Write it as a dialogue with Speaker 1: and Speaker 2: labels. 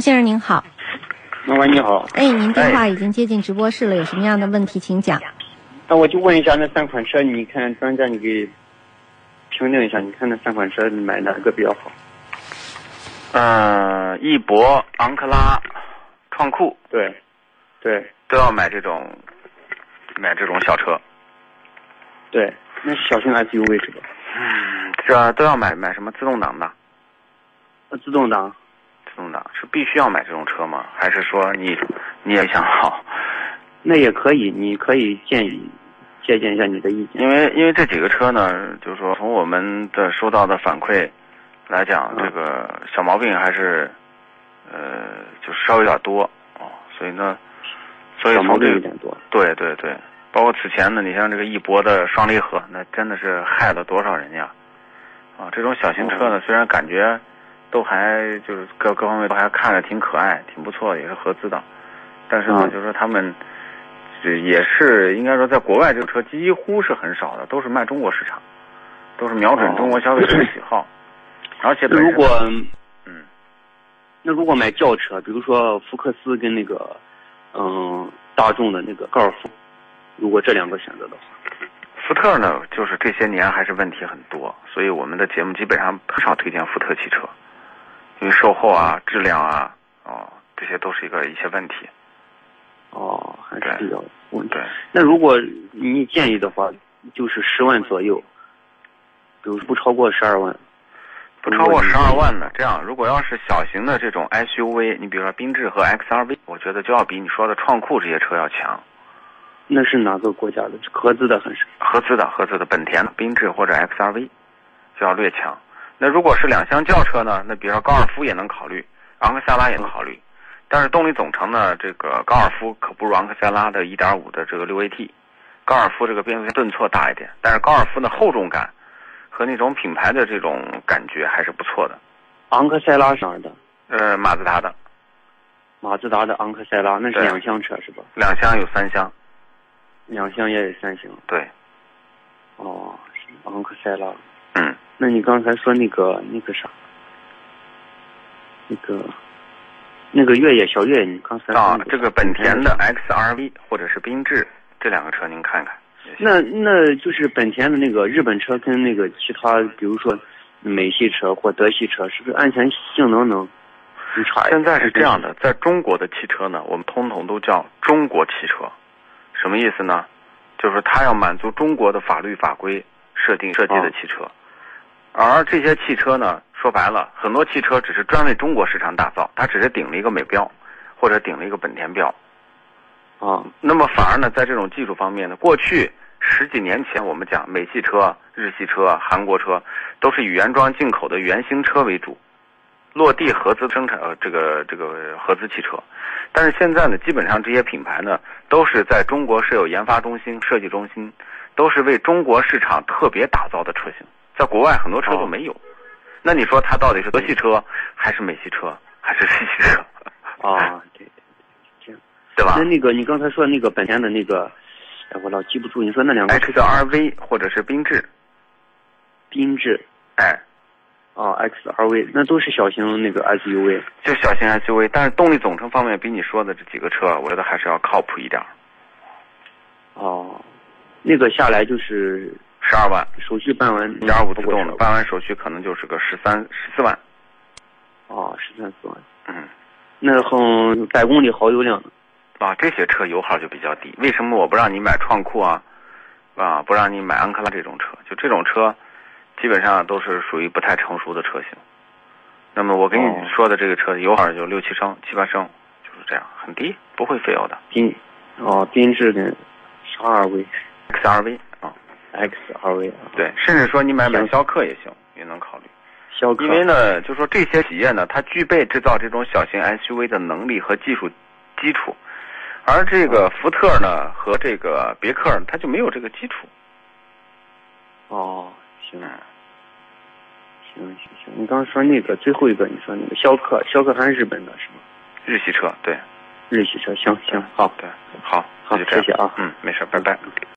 Speaker 1: 先生您好，
Speaker 2: 喂，你好。
Speaker 1: 哎，您电话已经接进直播室了，有什么样的问题请讲。
Speaker 2: 那我就问一下，那三款车，你看专家，你给评定一下，你看那三款车买哪个比较好？
Speaker 3: 嗯，翼博、昂克拉、创酷
Speaker 2: 对，对，
Speaker 3: 都要买这种，买这种小车。
Speaker 2: 对，那小型 SUV 是吧？
Speaker 3: 嗯，这都要买买什么自动挡的？
Speaker 2: 那自动挡，
Speaker 3: 自动挡是必须要买这种车吗？还是说你你也想好？
Speaker 2: 那也可以，你可以建议借鉴一下你的意见。
Speaker 3: 因为因为这几个车呢，就是说从我们的收到的反馈来讲，
Speaker 2: 嗯
Speaker 3: 这个小毛病还是呃，就是稍微有点多哦，所以呢，所以
Speaker 2: 小毛
Speaker 3: 从
Speaker 2: 病
Speaker 3: 这
Speaker 2: 有
Speaker 3: 个
Speaker 2: 点多。
Speaker 3: 对对对，包括此前呢，你像这个翼博的双离合，那真的是害了多少人呀！啊，这种小型车
Speaker 2: 哦
Speaker 3: 呢，虽然感觉都还就是各各方面都还看着挺可爱、挺不错的，也是合资的，但是呢，
Speaker 2: 嗯
Speaker 3: 就是说他们这也是应该说在国外这个车几乎是很少的，都是卖中国市场，都是瞄准
Speaker 2: 哦
Speaker 3: 中国消费者的喜好，而且
Speaker 2: 那
Speaker 3: 本
Speaker 2: 如
Speaker 3: 身
Speaker 2: 果
Speaker 3: 嗯
Speaker 2: 那如果买轿车，比如说福克斯跟那个嗯大众的那个高尔夫，如果这两个选择的话，
Speaker 3: 福特呢，就是这些年还是问题很多，所以我们的节目基本上很少推荐福特汽车，因为售后啊、质量啊、哦，这些都是一个一些问题。
Speaker 2: 哦，还是
Speaker 3: 对
Speaker 2: 比较有问题。
Speaker 3: 对，
Speaker 2: 那如果你建议的话，就是十万左右，比如不超过十二万，
Speaker 3: 不超过十二万的，这样如果要是小型的这种 SUV，你比如说缤智和 XRV，我觉得就要比你说的创酷这些车要强。
Speaker 2: 那是哪个国家的？合资的很少。
Speaker 3: 合资的合资的本田的缤智或者 XRV 就要略强。那如果是两厢轿车呢？那比如说高尔夫也能考虑，昂克赛拉也能考虑，但是动力总成呢，这个高尔夫可不如昂克赛拉的1.5的这个 6AT，高尔夫这个变速箱顿挫大一点，但是高尔夫的厚重感和那种品牌的这种感觉还是不错的。
Speaker 2: 昂克赛拉是哪儿的？
Speaker 3: 呃，马自达的
Speaker 2: 马自达的昂克赛拉，那是
Speaker 3: 对
Speaker 2: 两厢车是吧？
Speaker 3: 两厢有三厢，
Speaker 2: 两厢也有三厢。
Speaker 3: 对，
Speaker 2: 哦，是昂克赛拉。
Speaker 3: 嗯，
Speaker 2: 那你刚才说那个那个啥，那个那个越野小越野，你刚才说
Speaker 3: 啊
Speaker 2: 那，
Speaker 3: 这个本田的 XRV 或者是缤智这两个车您看看。也行
Speaker 2: 那那就是本田的那个日本车跟那个其他，比如说美系车或德系车，是不是安全性能能能差一点？
Speaker 3: 现在是这样的，在中国的汽车呢，我们通统都叫中国汽车，什么意思呢？就是它要满足中国的法律法规设定设计的汽车，而这些汽车呢，说白了，很多汽车只是专为中国市场打造，它只是顶了一个美标，或者顶了一个本田标。
Speaker 2: 啊，
Speaker 3: 那么反而呢，在这种技术方面呢，过去十几年前我们讲美系车、日系车、韩国车都是以原装进口的原型车为主，落地合资生产呃这个这个合资汽车。但是现在呢，基本上这些品牌呢都是在中国设有研发中心、设计中心，都是为中国市场特别打造的车型，在国外很多车都没有。那你说它到底是德系车还是美系车还是日系车，哎
Speaker 2: 啊，对。
Speaker 3: 对吧
Speaker 2: 那那个你刚才说那个本田的那个，哎，我老记不住，你说那两个车
Speaker 3: ？XRV 或者是缤智，
Speaker 2: 缤智
Speaker 3: 哎。
Speaker 2: 啊，XRV，那都是小型那个 SUV
Speaker 3: 就小型 SUV，但是动力总成方面比你说的这几个车，我觉得还是要靠谱一点儿。
Speaker 2: 哦，那个下来就是
Speaker 3: 十二万，
Speaker 2: 手续办完
Speaker 3: 一点五自动的，
Speaker 2: 了
Speaker 3: 办完手续可能就是个十三、十四万。
Speaker 2: 哦，十三四万，
Speaker 3: 嗯，
Speaker 2: 那很百公里耗油量
Speaker 3: 啊，这些车油耗就比较低。为什么我不让你买创酷啊？啊，不让你买昂克拉这种车？就这种车，基本上都是属于不太成熟的车型。那么我跟
Speaker 2: 哦
Speaker 3: 你说的这个车油耗就六七升、七八升，就是这样，很低，不会费油的。
Speaker 2: 缤哦缤智的啥二 V
Speaker 3: XRV 啊，
Speaker 2: X 二 V 啊，
Speaker 3: 对，甚至说你买买
Speaker 2: 行
Speaker 3: 逍客也行，也能考虑。
Speaker 2: 逍客
Speaker 3: 因为呢，就说这些企业呢，它具备制造这种小型 SUV 的能力和技术基础，而这个
Speaker 2: 嗯
Speaker 3: 福特呢和这个别克呢它就没有这个基础。
Speaker 2: 哦，行
Speaker 3: 嗯，
Speaker 2: 行行行，你刚刚说那个最后一个，你说那个逍客，逍客还是日本的是吗？
Speaker 3: 日系车，对，
Speaker 2: 日系车，行行，好，
Speaker 3: 对，好，
Speaker 2: 好
Speaker 3: 那就这样
Speaker 2: 谢谢啊
Speaker 3: 嗯，没事，拜拜。